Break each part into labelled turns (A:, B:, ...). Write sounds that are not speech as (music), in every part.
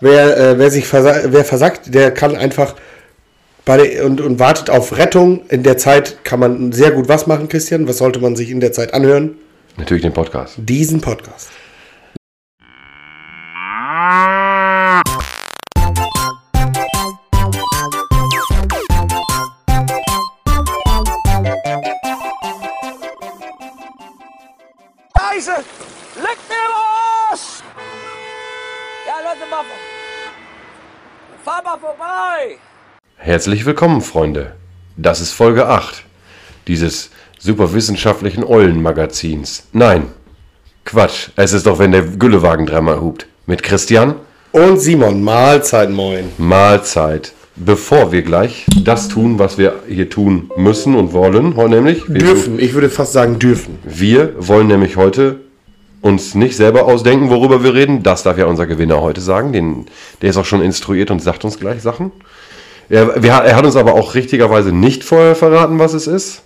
A: Wer, äh, wer sich versa wer versackt, der kann einfach bei der, und, und wartet auf Rettung. In der Zeit kann man sehr gut was machen, Christian. Was sollte man sich in der Zeit anhören?
B: Natürlich den Podcast.
A: Diesen Podcast.
C: Scheiße! Leck mir los! Ja, Leute, mal, fahr mal vorbei!
B: Herzlich willkommen, Freunde. Das ist Folge 8 dieses superwissenschaftlichen Eulenmagazins. Nein, Quatsch. Es ist doch, wenn der Güllewagen dreimal hupt. Mit Christian?
A: Und Simon, Mahlzeit, moin.
B: Mahlzeit. Bevor wir gleich das tun, was wir hier tun müssen und wollen, heu- nämlich wir,
A: Dürfen, ich würde fast sagen dürfen.
B: wir wollen nämlich heute uns nicht selber ausdenken, worüber wir reden. Das darf ja unser Gewinner heute sagen. Den, der ist auch schon instruiert und sagt uns gleich Sachen. Er, wir, er hat uns aber auch richtigerweise nicht vorher verraten, was es ist.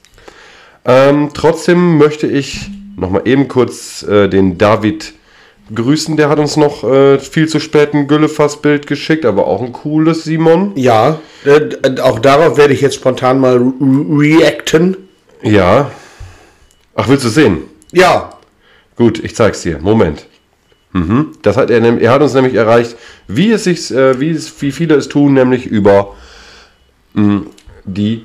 B: Ähm, trotzdem möchte ich nochmal eben kurz äh, den David grüßen. Der hat uns noch äh, viel zu spät ein Güllefass-Bild geschickt, aber auch ein cooles Simon.
A: Ja, äh, auch darauf werde ich jetzt spontan mal re- re- reacten.
B: Ja. Ach, willst du es sehen?
A: Ja,
B: Gut, ich zeig's dir. Moment. Mhm. Das hat er, nem- er hat uns nämlich erreicht, wie es sich, äh, wie, es, wie viele es tun, nämlich über mh, die.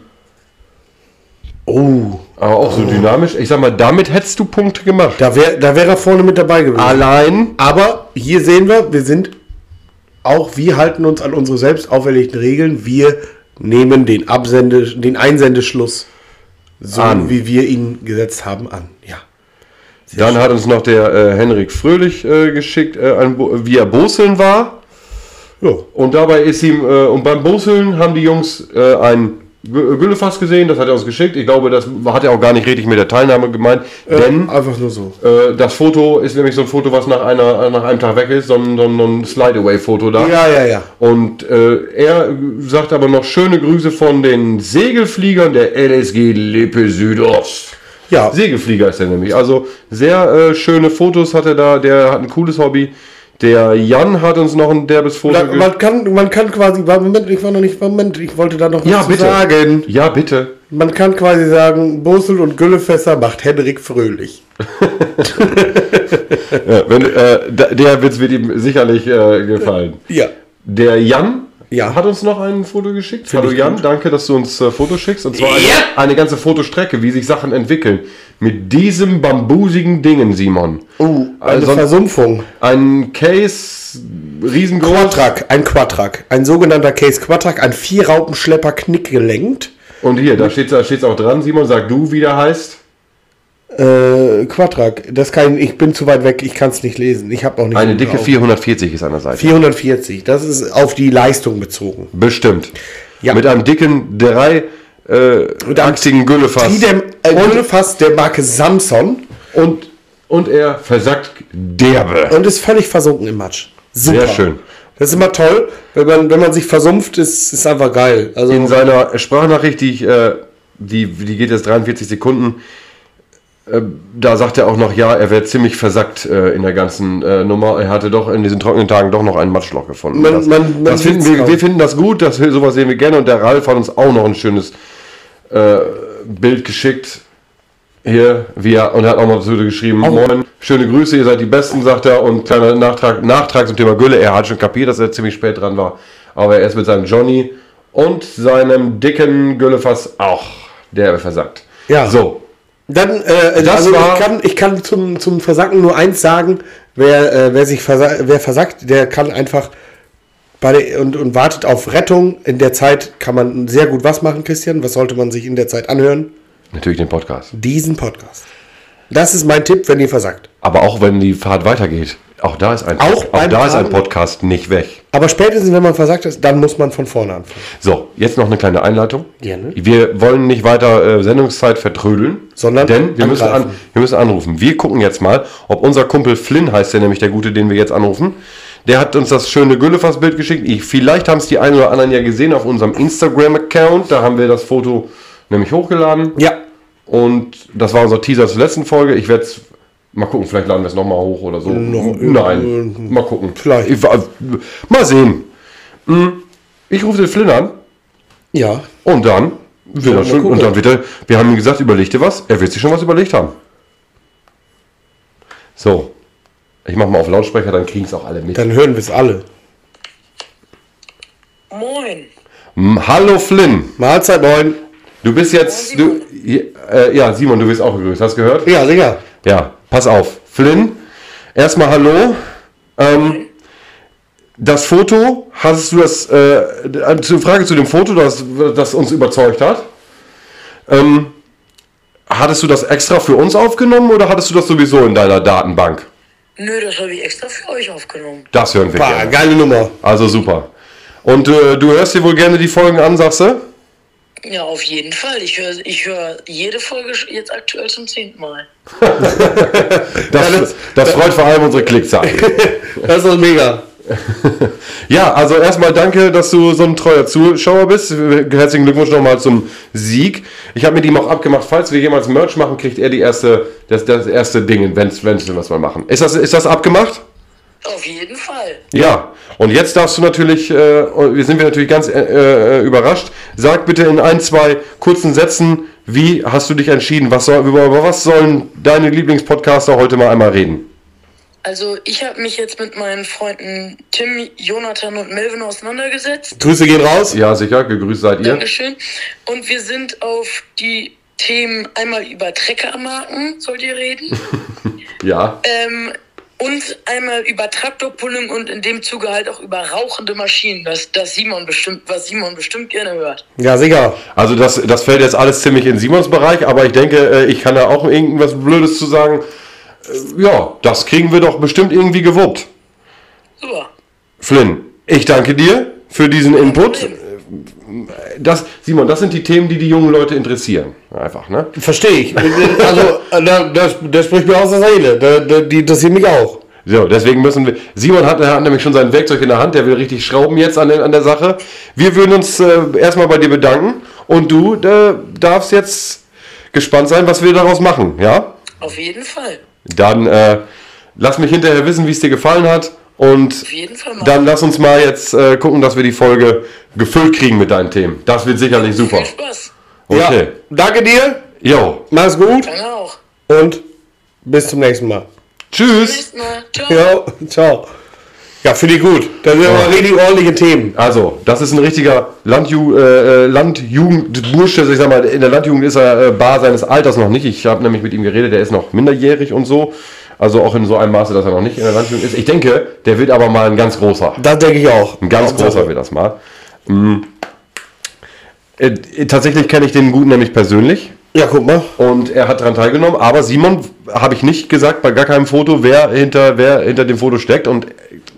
B: Oh, aber auch so dynamisch. Ich sag mal, damit hättest du Punkte gemacht.
A: da wäre da wär er vorne mit dabei gewesen.
B: Allein.
A: Aber hier sehen wir, wir sind auch, wir halten uns an unsere selbst auferlegten Regeln. Wir nehmen den, Absende, den Einsendeschluss so,
B: An.
A: wie wir ihn gesetzt haben, an. Ja.
B: Dann hat uns noch der äh, Henrik Fröhlich äh, geschickt, äh, ein Bo wie er Boseln war.
A: Jo.
B: Und dabei ist ihm, äh, und beim Boseln haben die Jungs äh, ein Gü- Güllefass gesehen, das hat er uns geschickt. Ich glaube, das hat er auch gar nicht richtig mit der Teilnahme gemeint,
A: Äh,
B: denn
A: Ähm, Einfach nur so.
B: äh, das Foto ist nämlich so ein Foto, was nach, einer, nach einem Tag weg ist, so ein, so ein, so ein Slide-Away-Foto da.
A: Ja, ja, ja.
B: Und äh, er sagt aber noch schöne Grüße von den Segelfliegern der LSG Lippe Südost.
A: Ja.
B: Segelflieger ist er nämlich. Also sehr äh, schöne Fotos hat er da. Der hat ein cooles Hobby. Der Jan hat uns noch ein derbes Foto
A: Da,
B: ge-
A: man, kann, man kann quasi, Moment, ich war noch nicht, Moment, ich wollte da noch was zu sagen.
B: Ja, bitte.
A: Man kann quasi sagen, Bosel und Güllefässer macht Henrik fröhlich.
B: Ja, wenn, äh, da- der Witz wird ihm sicherlich äh, (laughs) gefallen.
A: Ja.
B: Der Jan
A: Ja.
B: hat uns noch ein Foto geschickt. Hallo Jan, danke, dass du uns äh, Fotos schickst. Und zwar eine, eine ganze Fotostrecke, wie sich Sachen entwickeln. Mit diesem bambusigen Dingen, Simon.
A: Oh, eine
B: Also-
A: Versumpfung.
B: Ein Case, riesengroß.
A: Quattrak, ein Quattrak. Ein sogenannter Case Quattrak, ein Vierraupenschlepper knickgelenkt.
B: Und hier, da steht es auch dran, Simon, sag du, wie der heißt.
A: Äh, Quattrak, das kann ich, ich bin zu weit weg, ich kann es nicht lesen. Ich habe auch nicht.
B: Eine
A: im
B: dicke
A: Auge.
B: 440 ist an der Seite.
A: 440, das ist auf die Leistung bezogen.
B: Bestimmt.
A: Ja.
B: Mit einem dicken, drei äh,
A: einem
B: achtigen Güllefass.
A: Die der, äh, und, fast der Marke Samson
B: Und, und er versackt derbe.
A: und ist völlig versunken im Matsch. Super.
B: Sehr schön.
A: Das ist immer toll, wenn man, wenn man sich versumpft, ist, ist einfach geil. Also,
B: In seiner Sprachnachricht, die ich, äh, die, die geht jetzt 43 Sekunden, äh, da sagt er auch noch, ja, er wäre ziemlich versackt äh, in der ganzen äh, Nummer. Er hatte doch in diesen trockenen Tagen doch noch einen Matschloch gefunden.
A: Man-
B: das,
A: man- man
B: das finden
A: sieht's
B: wir,
A: kaum.
B: wir finden das gut, das, sowas sehen wir gerne. Und der Ralf hat uns auch noch ein schönes äh, Bild geschickt. Hier, wie er, und er hat auch mal zu dir geschrieben, moin, schöne Grüße, ihr seid die Besten, sagt er. Und kleiner Nachtrag, Nachtrag zum Thema Gülle, er hat schon kapiert, dass er ziemlich spät dran war. Aber er ist mit seinem Johnny und seinem dicken Güllefass auch, der versagt.
A: Ja.
B: So,
A: dann, äh,
B: Das
A: also
B: war-
A: ich kann, ich kann zum, zum Versacken nur eins sagen: Wer, äh, wer sich versa wer versackt, der kann einfach bei der, und, und wartet auf Rettung. In der Zeit kann man sehr gut was machen, Christian. Was sollte man sich in der Zeit anhören?
B: natürlich den Podcast.
A: Diesen Podcast. Das ist mein Tipp, wenn ihr versagt.
B: Aber auch wenn die Fahrt weitergeht, auch da ist ein,
A: Auch beim
B: da ist ein
A: Fahren?
B: Podcast nicht weg.
A: Aber spätestens, wenn man versagt ist, dann muss man von vorne anfangen.
B: So, jetzt noch eine kleine Einleitung.
A: Gerne.
B: Wir wollen nicht weiter äh, Sendungszeit vertrödeln,
A: Sondern
B: denn wir müssen, an,
A: angreifen.
B: wir müssen anrufen. Wir gucken jetzt mal, ob unser Kumpel Flynn heißt, der nämlich der Gute, den wir jetzt anrufen. Der hat uns das schöne Güllefass-Bild geschickt. Ich, vielleicht haben es die einen oder anderen ja gesehen auf unserem Instagram-Account. Da haben wir das Foto nämlich hochgeladen.
A: Ja,
B: Und das war unser Teaser zur letzten Folge. Ich werde es Mal gucken, vielleicht laden wir es nochmal hoch oder so.
A: Noch-
B: Nein, mal gucken.
A: Vielleicht.
B: Ich, wa- mal sehen. Hm, Ich rufe den Flynn an
A: Ja.
B: und dann wird er
A: mal
B: schon,
A: gucken.
B: und dann wird er, wir haben ihm gesagt, überleg dir was. Er wird sich schon was überlegt haben. So. Ich mach mal auf Lautsprecher, dann kriegen es auch alle mit.
A: Dann hören wir es alle.
D: Moin.
B: Hm, Hallo Flynn.
A: Mahlzeit 9.
B: Du bist jetzt. Du, äh, ja, Simon, du bist auch gegrüßt. Hast du gehört?
A: Ja, sicher.
B: Ja, pass auf. Flynn, erstmal hallo. Ähm, das Foto, hast du das. Äh, zur Frage zu dem Foto, das, das uns überzeugt hat. Ähm, hattest du das extra für uns aufgenommen oder hattest du das sowieso in deiner Datenbank?
D: Nö, das habe ich extra für euch aufgenommen.
B: Das hören wir
A: Bah,
B: gerne.
A: geile Nummer.
B: Also super. Und äh, du hörst dir wohl gerne die Folgen an, sagst du?
D: Ja, auf jeden Fall. Ich höre ich hör jede Folge sch- jetzt aktuell zum zehnten Mal.
B: Das,
A: das-
B: das freut vor allem unsere Klickzahlen.
A: Das ist mega.
B: Ja, also erstmal danke, dass du so ein treuer Zuschauer bist. Herzlichen Glückwunsch nochmal zum Sieg. Ich habe mit ihm auch abgemacht, falls wir jemals Merch machen, kriegt er die erste, das, das erste Ding, wenn wir was mal machen. Ist das, ist das abgemacht?
D: Auf jeden Fall.
B: Ja. Und jetzt darfst du natürlich, äh, wir sind wir natürlich ganz äh, äh, überrascht. Sag bitte in ein, zwei kurzen Sätzen, wie hast du dich entschieden? Was soll, über, über was sollen deine Lieblingspodcaster heute mal einmal reden?
D: Also, ich habe mich jetzt mit meinen Freunden Tim, Jonathan und Melvin auseinandergesetzt.
A: Grüße gehen raus.
B: Ja, sicher. Gegrüßt seid ihr.
D: Dankeschön. Und wir sind auf die Themen einmal über Treckermarken, sollt
B: (laughs)
D: ihr reden,
B: Ja.
D: ähm, und einmal über Traktorpulling und in dem Zuge halt auch über rauchende Maschinen, das, das Simon bestimmt, was Simon bestimmt gerne hört.
A: Ja, sicher.
B: Also das, das fällt jetzt alles ziemlich in Simons Bereich, aber ich denke, äh, ich kann da auch irgendwas Blödes zu sagen. Äh, Ja, das kriegen wir doch bestimmt irgendwie gewuppt.
D: Super.
B: Flynn, ich danke dir für diesen Input. Äh, Das, Simon, das sind die Themen, die die jungen Leute interessieren. Einfach, ne?
A: Verstehe ich. Also, äh, da- das, das spricht mir aus der Seele. Da, da, die interessieren mich auch.
B: So, deswegen müssen wir. Simon hat, hat nämlich schon sein Werkzeug in der Hand, der will richtig schrauben jetzt an, der- an der Sache. Wir würden uns äh, erstmal bei dir bedanken und du äh, darfst jetzt gespannt sein, was wir daraus machen, ja?
D: Auf jeden Fall.
B: Dann äh, lass mich hinterher wissen, wie es dir gefallen hat. Und
D: Auf jeden Fall mal.
B: dann lass uns mal jetzt äh, gucken, dass wir die Folge gefüllt kriegen mit deinen Themen. Das wird sicherlich super.
D: Viel Spaß.
B: Okay.
A: Ja, danke dir.
B: Jo.
A: Mach's gut.
D: Dann auch.
A: Und bis zum nächsten Mal.
B: Tschüss.
D: Bis mal. Ciao.
A: Ja, ciao. Ja, finde ich gut. Das sind aber richtig ordentliche Themen.
B: Also, das ist ein richtiger Landju äh, äh, Landjugendbursch. Also Ich sag mal, in der Landjugend ist er äh, bar seines Alters noch nicht. Ich habe nämlich mit ihm geredet, der ist noch minderjährig und so. Also auch in so einem Maße, dass er noch nicht in der Landjugend ist. Ich denke, der wird aber mal ein ganz großer.
A: Das denke ich auch. Also,
B: Ein ganz großer wird das mal. Mm. Äh, äh, Tatsächlich kenne ich den Guten nämlich persönlich
A: Ja, guck mal.
B: und er hat daran teilgenommen, aber Simon habe ich nicht gesagt bei gar keinem Foto, wer hinter, wer hinter dem Foto steckt und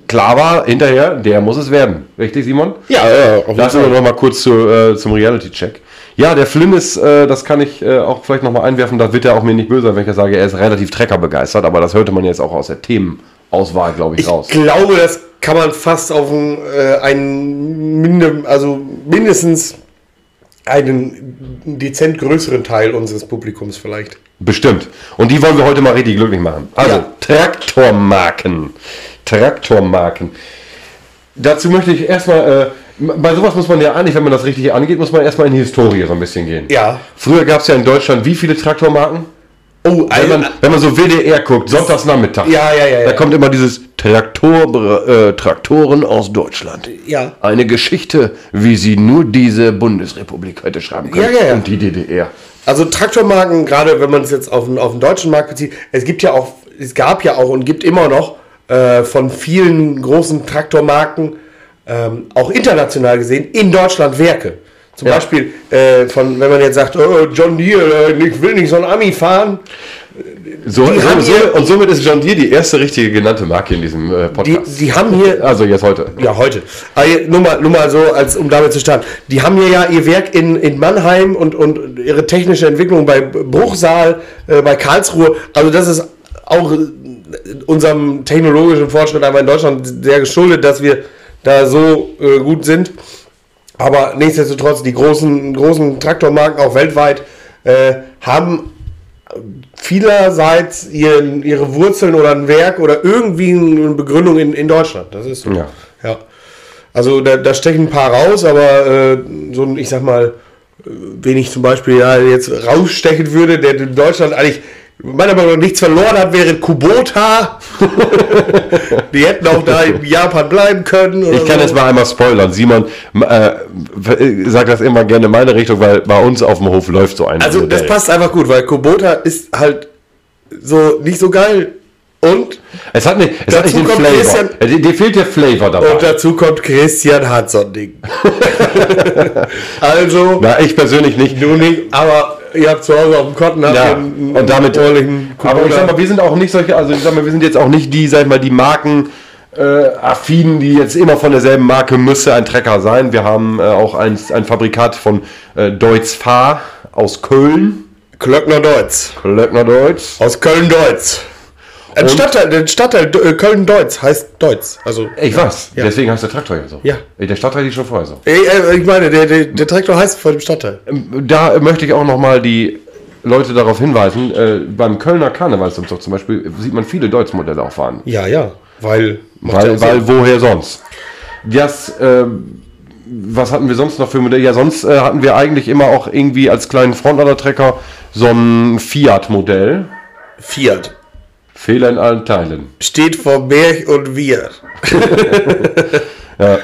B: klar war hinterher, der muss es werden. Richtig, Simon?
A: Ja, ja. Auf
B: Lass uns noch mal kurz zu, äh, zum Reality-Check. Ja, der Flynn ist, äh, das kann ich äh, auch vielleicht nochmal einwerfen, da wird er auch mir nicht böse, sein, wenn ich das sage, er ist relativ treckerbegeistert, aber das hörte man jetzt auch aus der Themenauswahl, glaube ich, raus.
A: Ich glaube, das kann man fast auf einen, äh, einen minde, also mindestens einen dezent größeren Teil unseres Publikums vielleicht.
B: Bestimmt. Und die wollen wir heute mal richtig glücklich machen. Also,
A: Ja.
B: Traktormarken. Traktormarken. Dazu möchte ich erstmal, äh, bei sowas muss man ja eigentlich, wenn man das richtig angeht, muss man erstmal in die Historie so ein bisschen gehen.
A: Ja.
B: Früher gab es ja in Deutschland wie viele Traktormarken?
A: Oh,
B: Wenn
A: also,
B: man, wenn man so WDR guckt, Sonntagsnachmittag.
A: Ja, ja, ja,
B: Da
A: ja.
B: kommt immer dieses Traktor, äh, Traktoren aus Deutschland.
A: Ja.
B: Eine Geschichte, wie sie nur diese Bundesrepublik heute schreiben können.
A: Ja, ja, ja.
B: Und die DDR.
A: also Traktormarken, gerade wenn man es jetzt auf den, auf den deutschen Markt bezieht, es gibt ja auch, es gab ja auch und gibt immer noch äh, von vielen großen Traktormarken, ähm, auch international gesehen, in Deutschland Werke. Zum
B: Ja.
A: Beispiel, äh, von, wenn man jetzt sagt, oh, John Deere, äh, ich will nicht so ein Ami fahren,
B: So,
A: Die
B: so,
A: haben
B: so,
A: ihr-
B: und somit ist John Deere die erste richtige genannte Marke in diesem äh,
A: die,
B: Podcast.
A: die haben hier
B: also jetzt heute.
A: Ja, heute. Aber je- nur mal, nur mal so, als, um damit zu starten. Die haben hier ja ihr Werk in, in Mannheim und, und ihre technische Entwicklung bei Bruchsal, äh, bei Karlsruhe. Also das ist auch äh, unserem technologischen Fortschritt einmal in Deutschland sehr geschuldet, dass wir da so äh, gut sind. Aber nichtsdestotrotz, die großen, großen Traktormarken auch weltweit äh, haben vielerseits ihren, ihre Wurzeln oder ein Werk oder irgendwie eine Begründung in, in Deutschland. Das ist so.
B: Ja.
A: ja. Also da, da stechen ein paar raus, aber äh, so ein, ich sag mal, äh, wen ich zum Beispiel ja jetzt rausstechen würde, der in Deutschland eigentlich meiner Meinung nach nichts verloren hat, wäre Kubota. (laughs) Die hätten auch da in Japan bleiben können. Oder
B: Ich kann
A: so.
B: jetzt mal einmal spoilern. Simon äh, sagt das immer gerne in meine Richtung, weil bei uns auf dem Hof läuft so ein
A: Also das
B: Modell.
A: passt einfach gut, weil Kubota ist halt so nicht so geil. Und,
B: Es hat nicht, es hat
A: Dazu
B: nicht den
A: kommt
B: Flavor.
A: Christian-
B: Äh, Dir, dir fehlt der Flavor dabei.
A: und dazu kommt Christian
B: (laughs)
A: Hanson-Ding. also,
B: Na, ich persönlich nicht.
A: du nicht, aber ihr habt zu Hause auf dem Kotten habt
B: Ja,
A: ihr einen-
B: und damit. äh,
A: einen ordentlichen
B: Aber ich
A: Kubota.
B: sag mal, wir sind auch nicht solche, also ich sag mal, wir sind jetzt auch nicht die, sag ich mal, die Marken. Äh, affinen, die jetzt immer von derselben Marke müsste ein Trecker sein. Wir haben äh, auch ein, ein Fabrikat von äh, Deutz Fahr aus Köln,
A: Klöckner Deutz.
B: Löckner Deutz.
A: Aus Köln-Deutz. Ein
B: Und?
A: Stadtteil, der Stadtteil äh, Köln-Deutz heißt Deutz. Also,
B: Ich weiß,
A: Ja.
B: deswegen heißt der Traktor ja so.
A: Ja.
B: Äh, Der Stadtteil ist schon vorher so.
A: Ey, äh, ich meine, der, der, der Traktor heißt vor dem Stadtteil.
B: Ähm, Da äh, möchte ich auch nochmal die Leute darauf hinweisen, äh, beim Kölner Karnevalsumzug zum Beispiel äh, sieht man viele Deutz-Modelle auch fahren.
A: Ja, ja. Weil. macht ja auch
B: Weil,
A: Sinn.
B: weil woher sonst? Das, ähm, was hatten wir sonst noch für Modelle? Ja, sonst äh, hatten wir eigentlich immer auch irgendwie als kleinen Frontlader-Trecker so ein Fiat-Modell.
A: Fiat.
B: Fehler in allen Teilen.
A: Steht vor Berg und wir. Äh,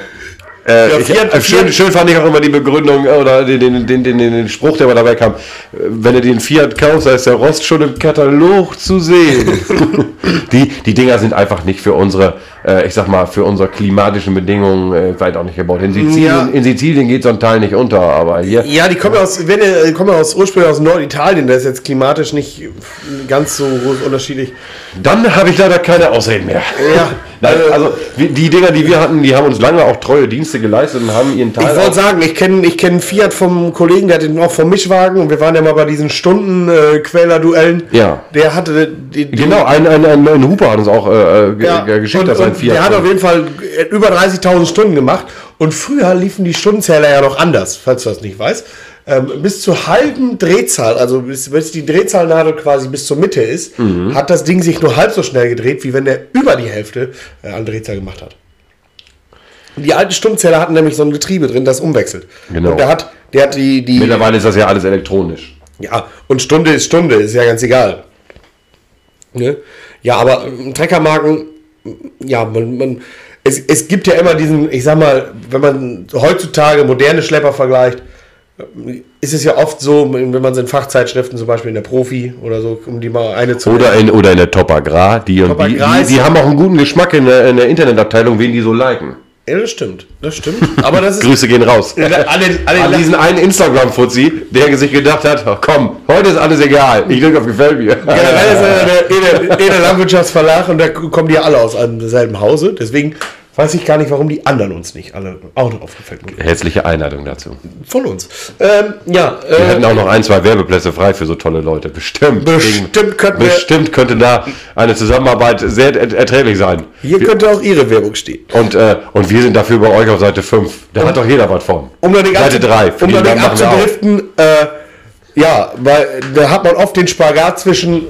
B: Ja,
A: ich-
B: Fiat,
A: äh,
B: schön,
A: Fiat-
B: schön fand ich auch immer die Begründung äh, oder den, den, den, den, den Spruch, der dabei kam. Äh, Wenn du den Fiat kaufst, da ist der Rost schon im Katalog zu sehen. (laughs) die, die Dinger sind einfach nicht für unsere, äh, ich sag mal, für unsere klimatischen Bedingungen äh, weit auch nicht gebaut. In Sizilien,
A: Ja.
B: in Sizilien geht so ein Teil nicht unter, aber hier.
A: Ja, die kommen ja aus, wenn ihr, die kommen ja aus ursprünglich aus Norditalien, das ist jetzt klimatisch nicht ganz so groß unterschiedlich.
B: Dann habe ich leider keine Ausreden mehr.
A: Ja.
B: (laughs) Nein, also wir- die Dinger, die wir hatten, die haben uns lange auch treue Dienste geleistet und haben ihren Teil.
A: Ich
B: auch-
A: wollte sagen, ich kenne ich kenn Fiat vom Kollegen, der hat den auch vom Mischwagen und wir waren ja mal bei diesen Stunden-Quäler-Duellen.
B: Ja.
A: Der hatte die, die,
B: Genau, ein, ein, ein, ein Huber hat uns auch äh, ge-
A: ja,
B: ge- geschickt,
A: und,
B: dass ein
A: und
B: Fiat.
A: Der hat
B: war.
A: auf jeden Fall äh, über 30.000 Stunden gemacht und früher liefen die Stundenzähler ja noch anders, falls du das nicht weißt. Ähm, bis zur halben Drehzahl, also bis, bis die Drehzahlnadel quasi bis zur Mitte ist,
B: Mhm.
A: hat das Ding sich nur halb so schnell gedreht, wie wenn der über die Hälfte äh, an Drehzahl gemacht hat. Die alten Stundenzähler hatten nämlich so ein Getriebe drin, das umwechselt.
B: Genau.
A: Und der hat, der hat die, die
B: Mittlerweile ist das ja alles elektronisch.
A: ja, und Stunde ist Stunde, ist ja ganz egal. Ne? Ja, aber ähm, Treckermarken, mm, ja, man, man es, es gibt ja immer diesen, ich sag mal, wenn man heutzutage moderne Schlepper vergleicht, ähm, ist es ja oft so, wenn man es in Fachzeitschriften, zum Beispiel in der Profi oder so, um die mal eine zu
B: Oder in, oder in der Top Agrar. Die, und
A: Top
B: die,
A: Agrar
B: die,
A: ist-
B: die haben auch einen guten Geschmack in der, in der Internetabteilung, wen die so liken.
A: Ja, das stimmt, das stimmt. Aber das ist.
B: (laughs) Grüße gehen raus.
A: Alle- alle-
B: (laughs) An diesen einen Instagram-Fuzzi, der sich gedacht hat, "Ach komm, heute ist alles egal. Ich drücke auf Gefällt mir.
A: Generell
B: (laughs)
A: ist er der, der, der, der Landwirtschaftsverlag und da kommen die ja alle aus einem selben Hause. Deswegen weiß ich gar nicht, warum die anderen uns nicht alle auch noch aufgefallen sind.
B: Herzliche Einladung dazu.
A: Von uns. Ähm, ja,
B: Wir
A: äh,
B: hätten auch noch ein, zwei Werbeplätze frei für so tolle Leute. Bestimmt.
A: Bestimmt könnten wir-
B: Bestimmt könnte da eine Zusammenarbeit sehr er- erträglich sein.
A: hier könnte auch Ihre Werbung stehen.
B: Und, äh, und wir sind dafür bei euch auf Seite 5. Da hat doch jeder was von.
A: Um da nicht,
B: Seite
A: abzu-
B: 3.
A: um da nicht abzudriften, äh, ja, weil da hat man oft den Spagat zwischen,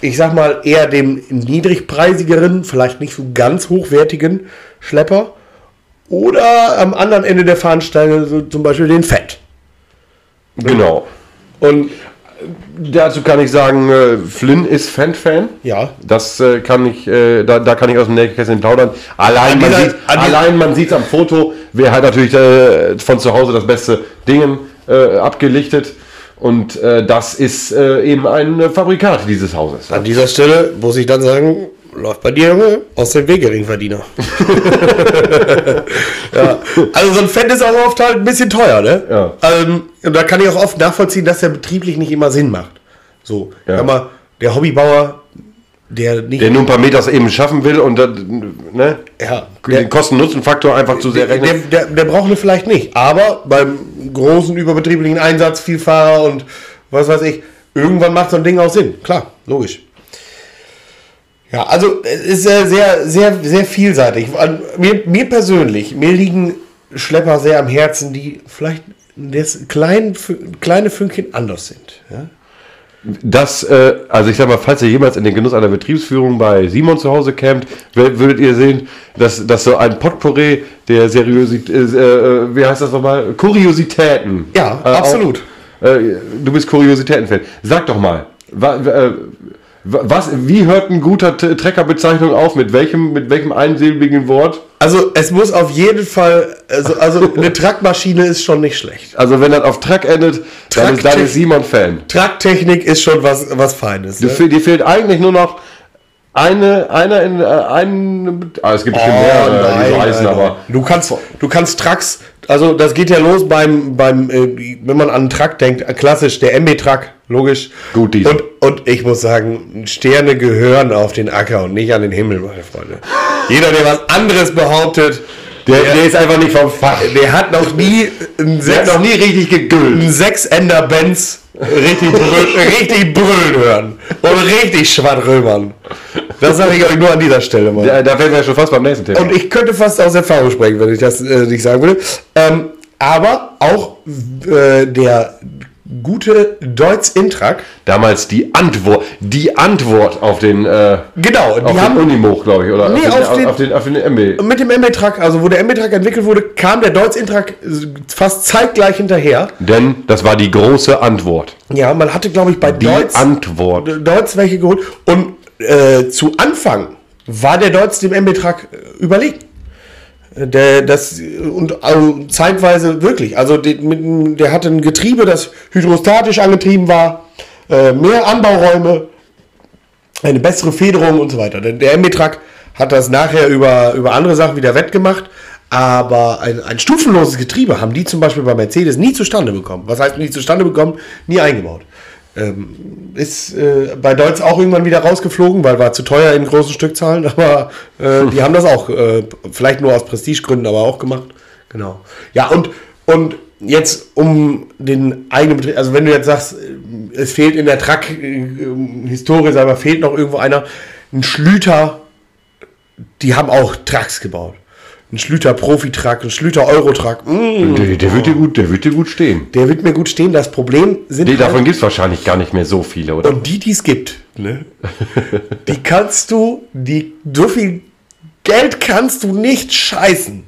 A: ich sag mal, eher dem niedrigpreisigeren, vielleicht nicht so ganz hochwertigen Schlepper oder am anderen Ende der Fahnensteine so zum Beispiel den Fett.
B: Genau.
A: Und
B: Dazu kann ich sagen, äh, Flynn ist Fan-Fan.
A: ja,
B: Das äh, kann ich, äh, da, da kann ich aus dem Nähkästchen plaudern. Allein man
A: dieser-
B: sieht,
A: an dieser-
B: allein man sieht's am Foto. Wer hat natürlich äh, von zu Hause das beste Dingen äh, abgelichtet. Und äh, das ist äh, eben ein äh, Fabrikat dieses Hauses.
A: an dieser Stelle muss ich dann sagen, läuft bei dir, Junge, aus dem Weg,
B: (laughs)
A: Geringverdiener. (laughs) ja. Also so ein Fan ist auch oft halt ein bisschen teuer, ne?
B: Ja.
A: Ähm, und da kann ich auch oft nachvollziehen, dass der betrieblich nicht immer Sinn macht. So,
B: Ja.
A: sag mal, der Hobbybauer, der nicht...
B: Der nur ein paar Meters eben schaffen will und das, ne,
A: ja, der,
B: den Kosten-Nutzen-Faktor einfach zu sehr
A: der, der,
B: rechnet.
A: der, der braucht ihn vielleicht nicht, aber beim großen überbetrieblichen Einsatz, Vielfahrer und was weiß ich, irgendwann macht so ein Ding auch Sinn. Klar, logisch. Ja, also es ist sehr, sehr, sehr, sehr vielseitig. An, mir, mir persönlich, mir liegen Schlepper sehr am Herzen, die vielleicht das klein, kleine Fünkchen anders sind. Ja?
B: Das, äh, also ich sag mal, falls ihr jemals in den Genuss einer Betriebsführung bei Simon zu Hause kämpft, w- würdet ihr sehen, dass, dass so ein Potpourri der Seriosität, äh, äh, wie heißt das nochmal? Kuriositäten.
A: Ja,
B: Äh,
A: absolut.
B: Auch, äh, du bist Kuriositätenfan. Sag doch mal, wa, äh, wa- was, wie hört ein guter T- Treckerbezeichnung auf? Mit welchem, mit welchem einsilbigen Wort?
A: Also es muss auf jeden Fall, also, also
B: (laughs)
A: eine Trackmaschine ist schon nicht schlecht.
B: Also wenn das auf Track endet, dann
A: Track-
B: ist deine Simon-Fan.
A: Tracktechnik ist schon was, was Feines.
B: Du,
A: Ne?
B: fehl- Dir fehlt eigentlich nur noch eine, einer in äh, einen. Ah, es gibt
A: Oh,
B: bestimmt mehrere, die so heißen,
A: nein.
B: aber.
A: Du kannst, du kannst Trucks, also das geht ja los beim, beim äh, wenn man an einen Truck denkt, äh, klassisch der MB-Truck, logisch.
B: Gut, Diesel.
A: und, und ich muss sagen, Sterne gehören auf den Acker und nicht an den Himmel, meine Freunde. Jeder, der was anderes behauptet,
B: Der, der ist einfach nicht vom Fach.
A: der hat noch nie einen
B: Der hat
A: Sechs- Hm.
B: noch nie richtig gegölt.
A: einen Sechs-Ender-Benz richtig,
B: (laughs)
A: brü- richtig brüllen hören. Und richtig schwadrömern. Das sage ich euch nur an dieser Stelle mal.
B: Da, da wären wir schon fast beim nächsten Thema.
A: Und ich könnte fast aus Erfahrung sprechen, wenn ich das äh, nicht sagen würde. Ähm, aber auch äh, der gute Deutz Intrak,
B: Damals die Antwort, die Antwort auf den, äh,
A: genau,
B: auf
A: die
B: den
A: haben
B: Unimog, glaube ich, oder?
A: Nee, auf den-
B: auf den, auf den E. MB.
A: mit dem MB-Truck, also wo der MB-Truck entwickelt wurde, kam der Deutz Intrak äh, fast zeitgleich hinterher.
B: Denn das war die große Antwort.
A: Ja, man hatte, glaube ich, bei
B: Die
A: Deutz,
B: Antwort.
A: Deutz welche geholt. Und äh, zu Anfang war der Deutz dem MB-Truck äh, überlegen. Der, das, und also zeitweise wirklich. Also die, mit, der hatte ein Getriebe, das hydrostatisch angetrieben war, äh, mehr Anbauräume, eine bessere Federung und so weiter. Der, der MB-Truck hat das nachher über, über andere Sachen wieder wettgemacht. Aber ein, ein stufenloses Getriebe haben die zum Beispiel bei Mercedes nie zustande bekommen. Was heißt nie zustande bekommen? Nie eingebaut. Ähm, ist äh, bei Deutz auch irgendwann wieder rausgeflogen, weil war zu teuer in großen Stückzahlen, (laughs) aber äh, die haben das auch, äh, vielleicht nur aus Prestigegründen, aber auch gemacht. Genau. Ja, und, und jetzt um den eigenen Betrieb, also wenn du jetzt sagst, äh, es fehlt in der Truck-Historie, aber fehlt noch irgendwo einer, ein Schlüter, die haben auch Trucks gebaut. Ein Schlüter Profi-Truck, ein Schlüter Euro-Truck, mm,
B: Der, der, wird dir gut, der wird dir gut stehen.
A: der wird mir gut stehen. Das Problem sind.
B: Nee,
A: halt-
B: davon gibt es wahrscheinlich gar nicht mehr so viele, oder?
A: und die, die es gibt, ne? die kannst du, die, so viel Geld kannst du nicht scheißen.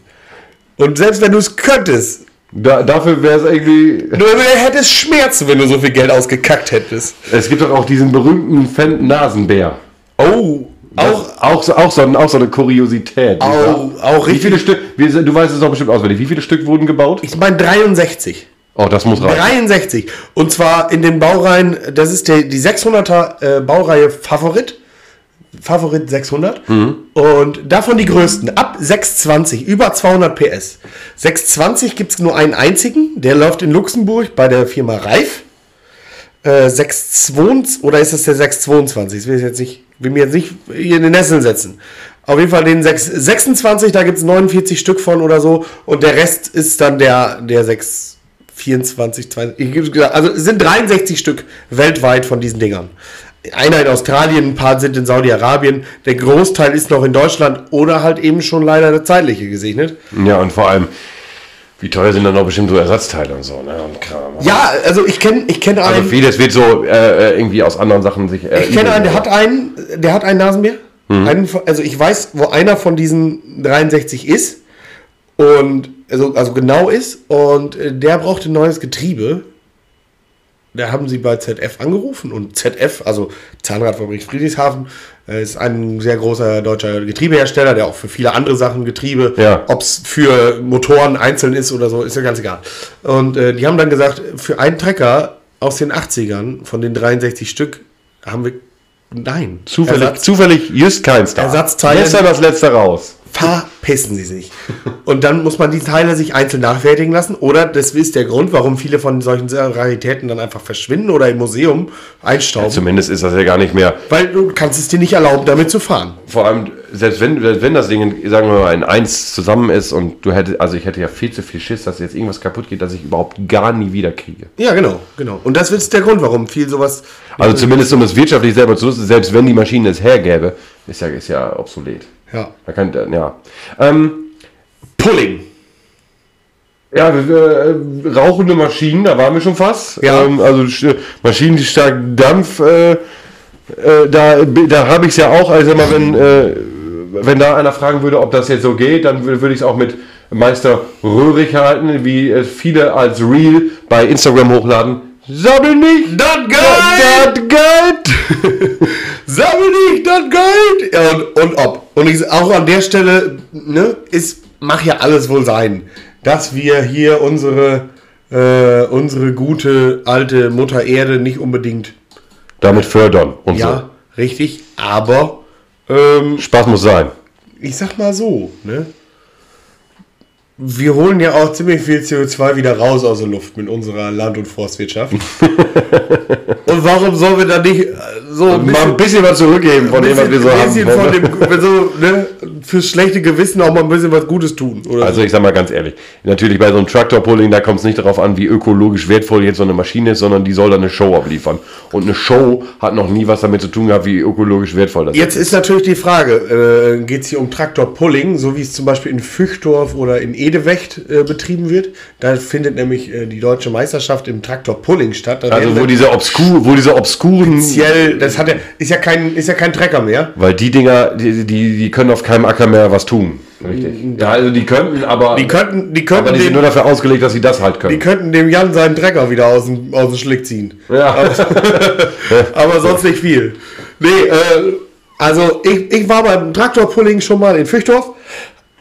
A: Und selbst wenn du es könntest,
B: Da, dafür wäre es irgendwie.
A: du hättest Schmerzen, wenn du so viel Geld ausgekackt hättest.
B: Es gibt doch auch diesen berühmten Fan Nasenbär.
A: Oh, auch,
B: Auch, auch, so, auch, so, ein- auch so eine Kuriosität.
A: Au, auch
B: Wie viele
A: richtig-
B: Stück, wie, du weißt es doch bestimmt auswendig, wie viele Stück wurden gebaut?
A: ich meine 63.
B: Oh, das muss rein.
A: 63. Und zwar in den Baureihen, das ist der, die 600er äh, Baureihe Favorit. Favorit 600. Und davon die größten. Ab 620, über 200 PS. 620 gibt es nur einen einzigen. Der läuft in Luxemburg bei der Firma Reif. Äh, 622, oder ist es der 622? Das will ich jetzt nicht, will mir jetzt nicht hier in den Nesseln setzen. Auf jeden Fall den 6, 26, da gibt es 49 Stück von oder so. Und der Rest ist dann der, der 6, 24, 20, ich hab's gesagt, also es sind 63 Stück weltweit von diesen Dingern. Einer in Australien, ein paar sind in Saudi-Arabien, der Großteil ist noch in Deutschland oder halt eben schon leider der zeitliche gesegnet.
B: Ja, und vor allem, wie teuer sind dann auch bestimmt so Ersatzteile und so, ne? Und Kram.
A: Ja, also ich kenne ich kenn einen,
B: Also vieles wird so äh, äh, irgendwie aus anderen Sachen sich. Äh,
A: ich kenne einen, der hat einen, der hat einen Nasenbär. Einen, von- also ich weiß, wo einer von diesen 63 ist und also, also genau ist und äh, der braucht ein neues Getriebe. Da haben sie bei ZF angerufen und ZF, also Zahnradfabrik Friedrichshafen, äh, ist ein sehr großer deutscher Getriebehersteller, der auch für viele andere Sachen Getriebe,
B: Ja.
A: ob es für Motoren einzeln ist oder so, ist ja ganz egal. Und äh, die haben dann gesagt, für einen Trecker aus den 80ern von den 63 Stück haben wir nein.
B: Zufällig,
A: Ersatz-
B: zufällig just keins da.
A: Ersatzteile-
B: Lässt er das letzte raus.
A: verpissen sie
B: (laughs)
A: sich. Und dann muss man die Teile sich einzeln nachfertigen lassen. Oder das ist der Grund, warum viele von solchen Raritäten dann einfach verschwinden oder im Museum einstauben.
B: Zumindest ist das ja gar nicht mehr.
A: weil du kannst es dir nicht erlauben, damit zu fahren.
B: Vor allem, selbst wenn, selbst wenn das Ding, in, sagen wir mal, in 1 zusammen ist und du hättest, also ich hätte ja viel zu viel Schiss, dass jetzt irgendwas kaputt geht, dass ich überhaupt gar nie wieder kriege.
A: Ja, genau, genau. Und das ist der Grund, warum viel sowas.
B: Also zumindest um es wirtschaftlich selber zu nutzen, selbst wenn die Maschine es hergäbe, ist ja, ist ja obsolet.
A: Ja.
B: Man kann, ja. Ähm,
A: Pulling.
B: Ja, äh, rauchende Maschinen, da waren wir schon fast.
A: Ja.
B: Ähm, also sch- Maschinen, die stark Dampf, äh, äh, da, da habe ich es ja auch. Also sag mal, wenn, äh, wenn da einer fragen würde, ob das jetzt so geht, dann würde ich es auch mit Meister Röhrig halten, wie es viele als Real bei Instagram hochladen. Sammel nicht, das Geld! Das Geld!
A: Sammel nicht das Geld! Ja, und, und ob. Und ich, auch an der Stelle, ne, ist, mach ja alles wohl sein, dass wir hier unsere, äh, unsere gute alte Mutter Erde nicht unbedingt,
B: Damit fördern und
A: ja, richtig, aber, ähm,
B: so. Spaß muss sein.
A: ich sag mal so, ne, wir holen ja auch ziemlich viel CO2 wieder raus aus der Luft mit unserer Land- und Forstwirtschaft. (laughs) und warum sollen wir da nicht äh, so ein
B: Mal ein bisschen was zurückgeben von dem, was wir so
A: ein bisschen
B: haben.
A: von dem, wenn so, ne, fürs schlechte Gewissen auch mal ein bisschen was Gutes tun. Oder
B: (laughs) Also ich sag mal ganz ehrlich, natürlich bei so einem Traktorpulling, da kommt es nicht darauf an, wie ökologisch wertvoll jetzt so eine Maschine ist, sondern die soll da eine Show abliefern. Und eine Show hat noch nie was damit zu tun gehabt, wie ökologisch wertvoll das
A: so. Jetzt ist natürlich die Frage, äh, geht es hier um Traktorpulling, so wie es zum Beispiel in Füchtorf oder in Edewecht äh, betrieben wird? Da findet nämlich äh, die deutsche Meisterschaft im Traktorpulling statt. Da
B: ist. Also
A: werden
B: wo
A: dann
B: diese, obskur, wo diese obskuren...
A: speziell, das hat ja, ist ja kein, ist ja kein Trecker mehr.
B: Weil die Dinger, die, die, die können auf keinem Acker mehr was tun. Richtig. Ja, also die könnten, aber
A: Die könnten, die
B: aber
A: könnten,
B: die sind nur
A: dem,
B: dafür ausgelegt, dass sie das halt
A: die
B: können.
A: könnten dem Jan seinen Trecker wieder aus dem, aus dem Schlick ziehen.
B: Ja.
A: Aber sonst nicht viel. Nee, äh, also ich, ich war beim Traktorpulling schon mal in Füchtorf,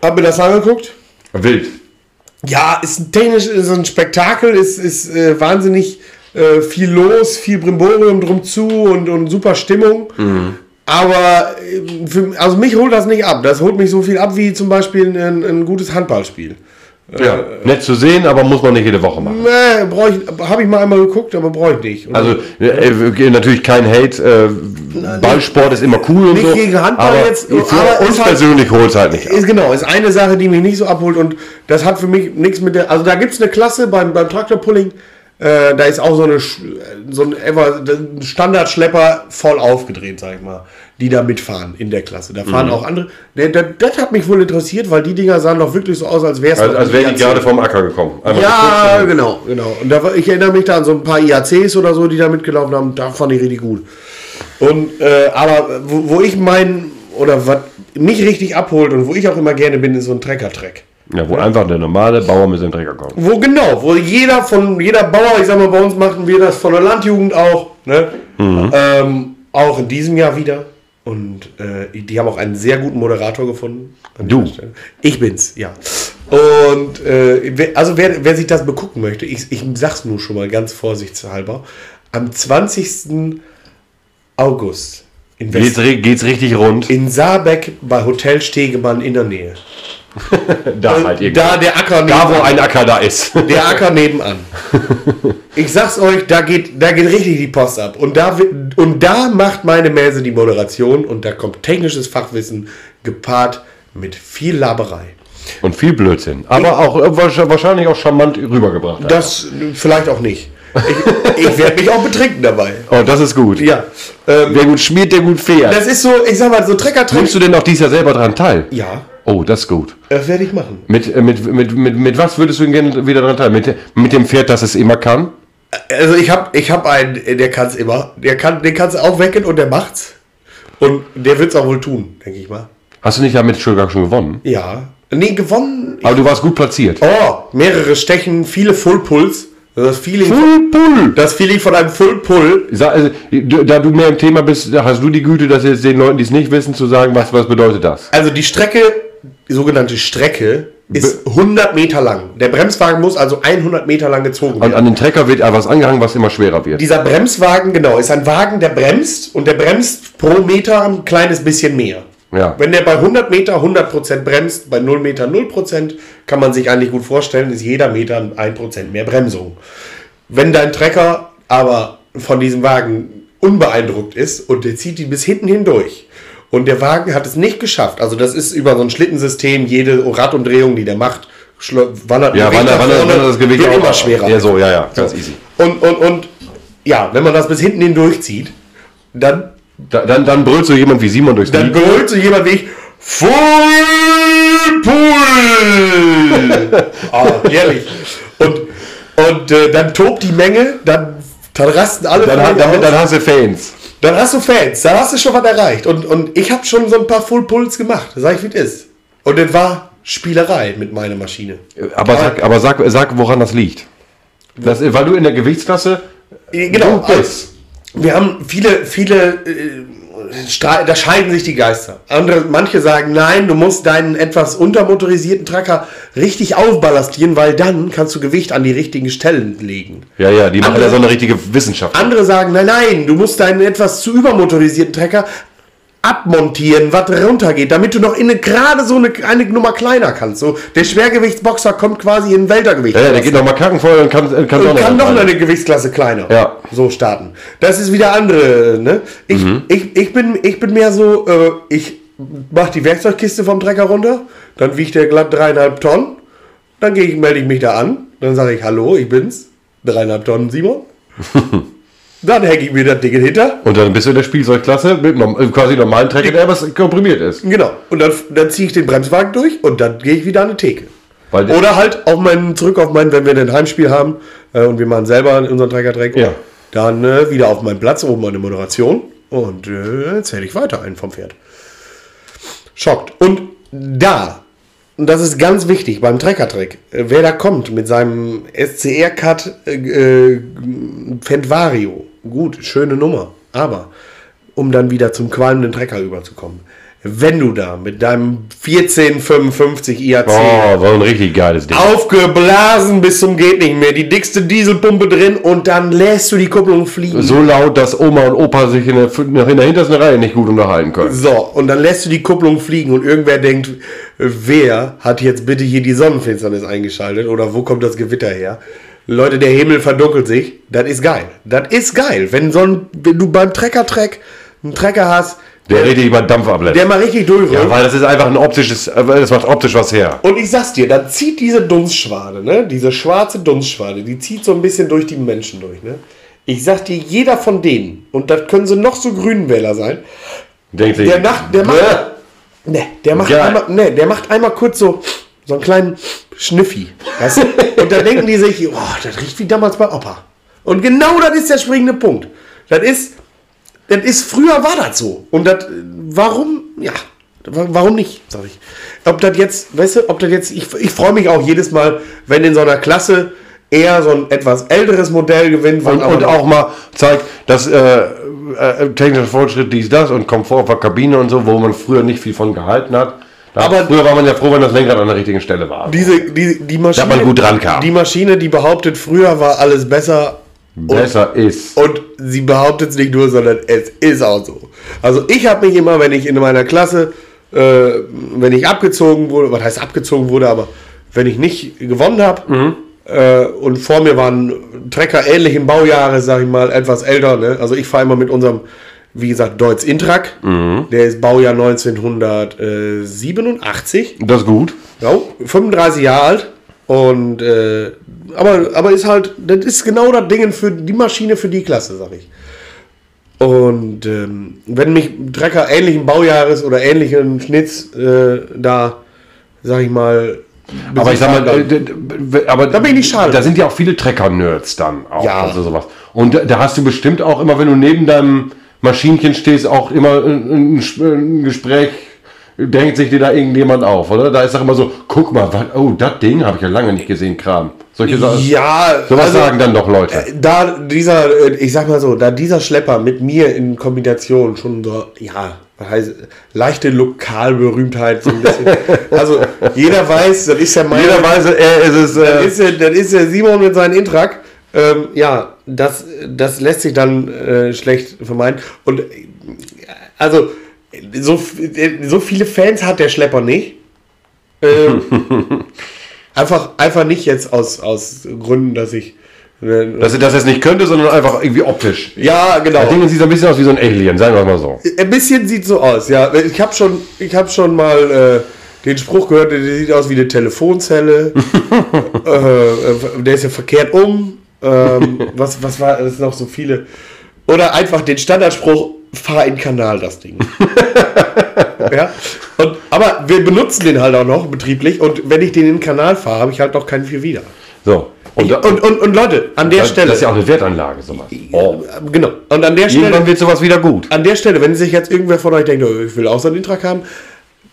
A: hab mir das angeguckt.
B: Wild.
A: Ja, ist ein technisch ist ein Spektakel, ist, ist äh, wahnsinnig äh, viel los, viel Brimborium drum zu und, und super Stimmung.
B: Mhm.
A: Aber ähm, für, also mich holt das nicht ab. Das holt mich so viel ab wie zum Beispiel ein, ein gutes Handballspiel.
B: Ja. Nett zu sehen, aber muss man nicht jede Woche machen.
A: Nee, Äh, brauch ich, habe ich mal einmal geguckt, aber brauche ich nicht. Und
B: Also äh, natürlich kein Hate, äh, Ballsport ist immer cool und
A: nicht
B: so.
A: gegen Handball
B: aber
A: jetzt,
B: für
A: aber
B: uns
A: ist halt-
B: persönlich holt es halt nicht. ab.
A: Ist genau, ist eine Sache, die mich nicht so abholt und das hat für mich nichts mit der. Also da gibt es eine Klasse beim, beim Traktorpulling, äh, da ist auch so, eine, Sch- äh, so ein Ever, ein Standardschlepper voll aufgedreht, sag ich mal, die da mitfahren in der Klasse. Da
B: Mhm.
A: fahren auch andere. Ne, Das, das hat mich wohl interessiert, weil die Dinger sahen doch wirklich so aus, als wäre es.
B: Also, als wären die gerade vom Acker gekommen. Einmal
A: Ja,
B: geguckt,
A: genau, genau. Und da, war- ich erinnere mich da an so ein paar IACs oder so, die da mitgelaufen haben. Da fand ich richtig gut. Und äh, aber wo, wo ich meinen oder was mich richtig abholt und wo ich auch immer gerne bin, ist so ein Trecker-Track.
B: dann- ja, wo einfach der normale Bauer mit seinem Träger kommt.
A: Wo genau, wo jeder von jeder Bauer, ich sag mal, bei uns machen wir das von der Landjugend auch, ne?
B: Mhm.
A: Ähm, auch in diesem Jahr wieder. Und äh, die haben auch einen sehr guten Moderator gefunden. an
B: Du.
A: dieser Stelle. Ich bin's, ja. Und äh, wer- also wer, wer sich das begucken möchte, ich, ich sag's nur schon mal ganz vorsichtshalber, am 20. August in,
B: Geht's,
A: West
B: ri- geht's richtig rund?
A: in Saarbeck bei Hotel Stegemann in der Nähe.
B: Da halt irgendwo.
A: da der Acker
B: da, wo
A: nebenan-
B: ein Acker da ist. (laughs)
A: Der Acker nebenan. (laughs) Ich sag's euch, da geht, da geht richtig die Post ab. Und da, wi- und da macht meine Mäse die Moderation und da kommt technisches Fachwissen gepaart mit viel Laberei.
B: Und viel Blödsinn. Aber auch äh, wahrsch- wahrscheinlich auch charmant rübergebracht. hat.
A: Das äh, vielleicht auch nicht. (laughs) Ich, ich werde mich auch betrinken dabei.
B: oh, das ist gut.
A: Ja. Ähm,
B: Wer gut schmiert, der gut fährt.
A: das ist so, ich sag mal, so trecker
B: Nimmst du denn auch dies Jahr selber dran teil?
A: Ja,
B: Oh, das ist gut.
A: das werde ich machen.
B: Mit, äh, mit, mit, mit, mit was würdest du gerne wieder dran teilen? Mit, mit dem Pferd, das es immer kann?
A: Also ich hab, ich hab einen, äh, der kann's immer. Der kann, den kannst du aufwecken und der macht's. Und der wird's auch wohl tun, denke ich mal.
B: Hast du nicht damit Stuttgart schon gewonnen?
A: Ja. Nee, gewonnen
B: Aber du warst gut platziert.
A: Oh, mehrere Stechen, viele Full Pulls. Das Feeling,
B: Pull, pull.
A: das Feeling von einem Full Pull.
B: Sa- also, du- Da du mehr im Thema bist, hast du die Güte, das jetzt den Leuten, die es nicht wissen, zu sagen, was, was bedeutet das?
A: Also die Strecke, die sogenannte Strecke, ist 100 Meter lang. Der Bremswagen muss also 100 Meter lang gezogen
B: Und
A: werden.
B: an den Trecker wird etwas angehangen, was immer schwerer wird.
A: Dieser Bremswagen, genau, ist ein Wagen, der bremst und der bremst pro Meter ein kleines bisschen mehr.
B: Ja.
A: Wenn der bei 100 Meter 100% bremst, bei 0 Meter 0%, kann man sich eigentlich gut vorstellen, ist jeder Meter 1% mehr Bremsung. Wenn dein Trecker aber von diesem Wagen unbeeindruckt ist und der zieht ihn bis hinten hindurch und der Wagen hat es nicht geschafft, also das ist über so ein Schlittensystem, jede Radumdrehung, die der macht, schlo- wandert
B: Ja,
A: Gewicht
B: wann,
A: nach
B: wann,
A: vorne,
B: wann das Gewicht
A: wird
B: auch
A: immer schwerer.
B: Ja, so, ja, ja, ganz
A: So.
B: easy.
A: Und, und, und ja, wenn man das bis hinten hindurch zieht, dann,
B: Da, dann, dann brüllt so jemand wie Simon durchs
A: dann
B: Lied. (laughs)
A: brüllt so jemand wie ich, Full
E: Südpol!
A: Ah, ehrlich. Und, und äh, dann tobt die Menge, dann, dann rasten alle.
B: Dann, ha-
A: völlig
B: dann,
A: aus.
B: dann hast du Fans.
A: Dann hast du Fans, dann hast du schon was erreicht. Und, und ich habe schon so ein paar Full Pulls gemacht, sag ich wie es ist. Und das war Spielerei mit meiner Maschine.
B: Aber, sag, aber sag, sag, woran das liegt. Das, weil du in der Gewichtsklasse
A: Äh, Genau,
B: du bist.
A: wir haben viele, viele, äh, stra- da scheiden sich die Geister. Andere, manche sagen, nein, du musst deinen etwas untermotorisierten Tracker richtig aufballastieren, weil dann kannst du Gewicht an die richtigen Stellen legen.
B: Ja, ja, die machen
A: Andere-
B: ja so eine richtige Wissenschaft.
A: Andere sagen, nein, nein, du musst deinen etwas zu übermotorisierten Trecker abmontieren, was runtergeht, damit du noch in eine, gerade so eine, eine Nummer kleiner kannst. So, der Schwergewichtsboxer kommt quasi in ein Weltergewicht.
B: Ja, ja, der geht nochmal kacken vorher und kann, äh, kann,
A: und kann noch
B: rein.
A: eine Gewichtsklasse kleiner
B: Ja.
A: so starten. Das ist wieder andere, ne? Ich, ich, ich, bin, ich bin mehr so, äh, ich mach die Werkzeugkiste vom Trecker runter, dann wiegt der glatt dreieinhalb Tonnen, dann gehe ich, melde ich mich da an, dann sage ich, hallo, ich bin's, dreieinhalb Tonnen Simon. dann hänge ich mir das Ding hinter
B: Und dann bist du in der Spielzeugklasse mit norm äh, quasi normalen Tracker, der etwas komprimiert ist.
A: Genau. Und dann, dann ziehe ich den Bremswagen durch und dann gehe ich wieder an die Theke.
B: Weil der-
A: Oder halt auf meinen, zurück auf meinen, wenn wir ein Heimspiel haben äh, und wir machen selber unseren Trecker-Dreck,
B: Ja.
A: dann äh, wieder auf meinen Platz oben meine Moderation und äh, erzähle ich weiter einen vom Pferd. Schockt. Und da, und das ist ganz wichtig beim Trecker-Dreck, äh, wer da kommt mit seinem SCR-Cut äh, äh, Fendvario, gut, schöne Nummer, aber um dann wieder zum qualmenden Trecker überzukommen. Wenn du da mit deinem 1455 IAC
B: Oh, so ein richtig geiles Ding.
A: aufgeblasen bis zum geht nicht mehr, die dickste Dieselpumpe drin und dann lässt du die Kupplung fliegen. So.
B: So laut, dass Oma und Opa sich in der, in der hintersten Reihe nicht gut unterhalten können.
A: und dann lässt du die Kupplung fliegen und irgendwer denkt, wer hat jetzt bitte hier die Sonnenfinsternis eingeschaltet oder wo kommt das Gewitter her? Leute, der Himmel verdunkelt sich. Das ist geil. Das ist geil. Wenn, so ein, wenn du beim Trecker-Track einen Trecker hast,
B: Der richtig über Dampf ablässt.
A: der mal richtig durchrückt.
B: ja, weil das ist einfach ein optisches, äh, das macht optisch was her.
A: Und ich sag's dir, dann zieht diese Dunstschwade, ne? Diese schwarze Dunstschwade, die zieht so ein bisschen durch die Menschen durch, ne? Ich sag dir, jeder von denen, und das können sie noch so Grünenwähler sein,
B: Denkt sich.
A: der macht, der macht, ne, der macht
B: Geil.
A: einmal, ne, der macht einmal kurz so, so einen kleinen Schnüffi, weißt du? Und dann denken die sich, oh, das riecht wie damals bei Opa. Und genau das ist der springende Punkt. Das ist, das ist, früher war das so. Und das, warum, ja, wa- warum nicht, sag ich. Ob das jetzt, weißt du, ob das jetzt, ich, ich freue mich auch jedes Mal, wenn in so einer Klasse eher so ein etwas älteres Modell gewinnt.
B: und, und auch mal zeigt, dass äh, äh, technischer Fortschritt dies, das und Komfort der Kabine und so, wo man früher nicht viel von gehalten hat. Da
A: Aber-
B: früher war man ja froh, wenn das Lenkrad an der richtigen Stelle war.
A: Diese, die, die Maschine,
B: man gut rankam.
A: Die Maschine, die behauptet, früher war alles besser.
B: Besser ist.
A: Und sie behauptet es nicht nur, sondern es ist auch so. Also ich habe mich immer, wenn ich in meiner Klasse, äh, wenn ich abgezogen wurde, was heißt abgezogen wurde, aber wenn ich nicht gewonnen habe äh, und vor mir waren Trecker ähnlichen Baujahre, sag ich mal, etwas älter. Ne? Also ich fahre immer mit unserem, wie gesagt, Deutz Intrak. Der ist Baujahr 1987.
B: Das ist gut.
A: Ja, 35 Jahre alt. Und äh, aber, aber ist halt, das ist genau das Ding für die Maschine für die Klasse, sag ich. Und ähm, wenn mich ein Trecker ähnlichen Baujahres oder ähnlichen Schnitts äh, da, sag ich mal,
B: Aber ich sag mal,
A: dann-
B: äh, d- d- aber da
A: bin ich nicht schade.
B: Da sind ja auch viele Trecker-Nerds dann auch.
A: Ja.
B: Also sowas. Und da- da hast du bestimmt auch immer, wenn du neben deinem Maschinchen stehst, auch immer ein, ein, Sp- ein Gespräch, drängt sich dir da irgendjemand auf, oder? Da ist doch immer so, guck mal, was, oh, das Ding habe ich ja lange nicht gesehen, Kram. Solche Sachen.
A: ja,
B: Sowas
A: also-
B: sagen dann doch Leute.
A: da dieser, äh, ich sag mal so, da dieser Schlepper mit mir in Kombination schon so, ja, was heißt, leichte Lokalberühmtheit so ein
B: (laughs)
A: bisschen. also jeder weiß, das ist ja mein.
B: Jeder weiß, äh, es ist.
A: das
B: Äh,
A: ist, ja- das ist ja Simon mit seinem Intrak. Ähm, ja, das, das lässt sich dann äh, schlecht vermeiden. Und äh, also, so, f- äh, so viele Fans hat der Schlepper nicht. Ähm,
B: (laughs)
A: einfach, einfach nicht jetzt aus, aus Gründen, dass ich. äh,
B: dass sie das jetzt nicht könnte, sondern einfach irgendwie optisch.
A: ja, genau.
B: Das Ding sieht so ein bisschen aus wie so ein Alien, sagen wir mal so.
A: Ein bisschen sieht so aus, ja. Ich habe schon, ich hab schon mal äh, den Spruch gehört, der sieht aus wie eine
B: (laughs)
A: Telefonzelle. äh, äh, der ist ja verkehrt um. Ähm, was, was war das? sind
B: (laughs)
A: noch so viele. Oder einfach den Standardspruch, fahr in den Kanal, das Ding. ja. Und, aber wir benutzen den halt auch noch betrieblich und wenn ich den in den Kanal fahre, habe ich halt noch keinen viel wieder.
B: So. Und,
A: Und, und, und, und Leute, an der
B: das,
A: Stelle.
B: das ist ja auch eine Wertanlage, sowas. Oh.
A: Genau. Und an der Stelle,
B: Irgendwann wird sowas wieder gut.
A: an der Stelle, wenn sich jetzt irgendwer von euch denkt, oh, ich will auch so einen Intrak haben,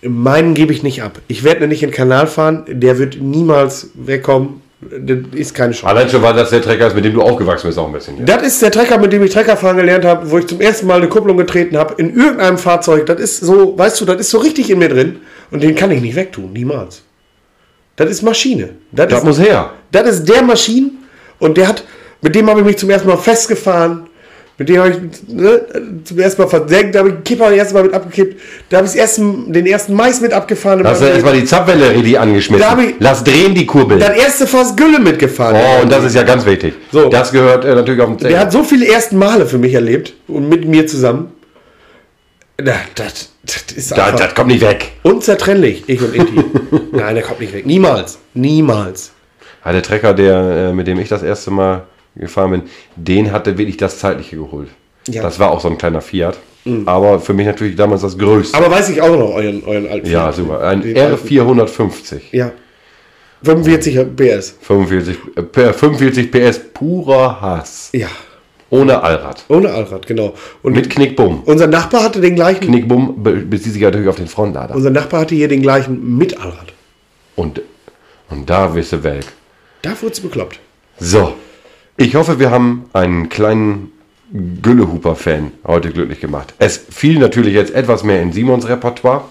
A: meinen gebe ich nicht ab. Ich werde nicht in den Kanal fahren, der wird niemals wegkommen. Das ist keine Chance.
B: Allein schon, weil das der Trecker ist, mit dem du aufgewachsen bist, auch ein bisschen.
A: Das ist der Trecker, mit dem ich Trecker fahren gelernt habe, wo ich zum ersten Mal eine Kupplung getreten habe, in irgendeinem Fahrzeug. Das ist so, weißt du, das ist so richtig in mir drin. Und den kann ich nicht wegtun, niemals. Das ist Maschine. Das,
B: Das
A: ist,
B: muss her.
A: das ist der Maschine. Und der hat, mit dem habe ich mich zum ersten Mal festgefahren. Mit dem habe ich ne, zum ersten Mal versenkt, da habe ich den Kipper das erste Mal mit abgekippt. Da habe ich das erste, den ersten Mais mit abgefahren.
B: Da hast du erstmal die Zapfwelle richtig
A: Da hab
B: angeschmissen.
A: ich-
B: Lass drehen die Kurbel.
A: das erste Fass Gülle mitgefahren.
B: Oh, und das ist ja ganz wichtig.
A: So.
B: Das gehört äh, natürlich auf den
A: Der
B: Zähler.
A: hat so viele ersten Male für mich erlebt und mit mir zusammen. Na, das, das ist
B: Da,
A: einfach
B: das kommt nicht weg.
A: unzertrennlich, ich und
B: (laughs)
A: Inti. Nein, der kommt nicht weg. Niemals. Niemals.
B: Ja, Ah, der Trecker, der, äh, mit dem ich das erste Mal gefahren bin, den hatte wirklich das Zeitliche geholt.
A: Ja.
B: Das war auch so ein kleiner Fiat. Aber für mich natürlich damals das Größte.
A: Aber weiß ich auch noch euren, euren alten
B: ja,
A: Fiat.
B: super. Ein
A: Den alten-
B: R450.
A: Ja. 45 PS.
B: 45, äh, per- 45 PS purer Hass.
A: Ja.
B: Ohne Allrad.
A: Ohne Allrad, genau. Und
B: Mit Knickbumm.
A: unser Nachbar hatte den gleichen.
B: Knickbumm be- bezieht sich natürlich auf den Frontlader.
A: Unser Nachbar hatte hier den gleichen mit Allrad.
B: Und, und da wirst du welk.
A: Da wurde es bekloppt.
B: So, ich hoffe, wir haben einen kleinen Güllehuper-Fan heute glücklich gemacht. Es fiel natürlich jetzt etwas mehr in Simons Repertoire.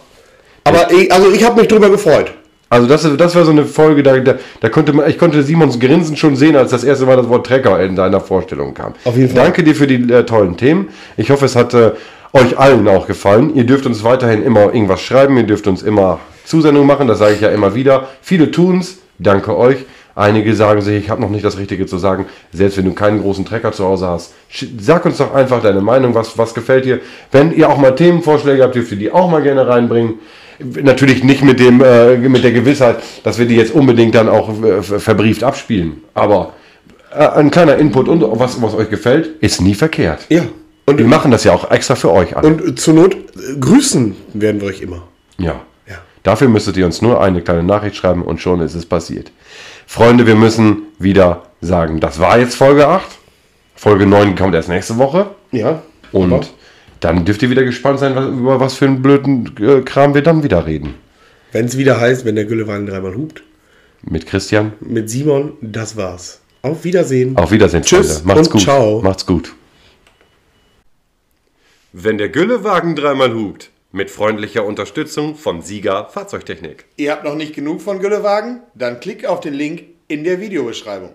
A: Aber ich, also ich habe mich drüber gefreut.
B: Also das, das war so eine Folge, da, da, da konnte man, ich konnte Simons Grinsen schon sehen, als das erste Mal das Wort Trecker in deiner Vorstellung kam.
A: Auf jeden Fall.
B: Danke dir für die äh, tollen Themen. Ich hoffe, es hat äh, euch allen auch gefallen. Ihr dürft uns weiterhin immer irgendwas schreiben, ihr dürft uns immer Zusendungen machen, das sage ich ja immer wieder. Viele tun's, danke euch. Einige sagen sich, ich habe noch nicht das Richtige zu sagen. Selbst wenn du keinen großen Trecker zu Hause hast, sch- sag uns doch einfach deine Meinung, was, was gefällt dir. Wenn ihr auch mal Themenvorschläge habt, dürft ihr die auch mal gerne reinbringen. Natürlich nicht mit, dem, äh, mit der Gewissheit, dass wir die jetzt unbedingt dann auch äh, verbrieft abspielen. Aber äh, ein kleiner Input und was, was euch gefällt, ist nie verkehrt.
A: Ja.
B: Und wir machen das ja auch extra für euch alle.
A: Und zur Not äh, grüßen werden wir euch immer.
B: ja.
A: Ja.
B: Dafür müsstet ihr uns nur eine kleine Nachricht schreiben und schon ist es passiert. Freunde, wir müssen wieder sagen, das war jetzt Folge 8. Folge 9 kommt erst nächste Woche.
A: Ja.
B: Und
A: Aber
B: dann dürft ihr wieder gespannt sein, was, über was für einen blöden äh, Kram wir dann wieder reden.
A: Wenn es wieder heißt, wenn der Güllewagen dreimal hupt.
B: Mit Christian.
A: Mit Simon, das war's. Auf Wiedersehen.
B: Auf Wiedersehen,
A: Tschüss
B: Freunde. Macht's
A: und
B: gut.
A: ciao.
B: Macht's gut. Wenn der Güllewagen dreimal hupt, mit freundlicher Unterstützung von Sieger Fahrzeugtechnik.
A: Ihr habt noch nicht genug von Güllewagen? Dann klickt auf den Link in der Videobeschreibung.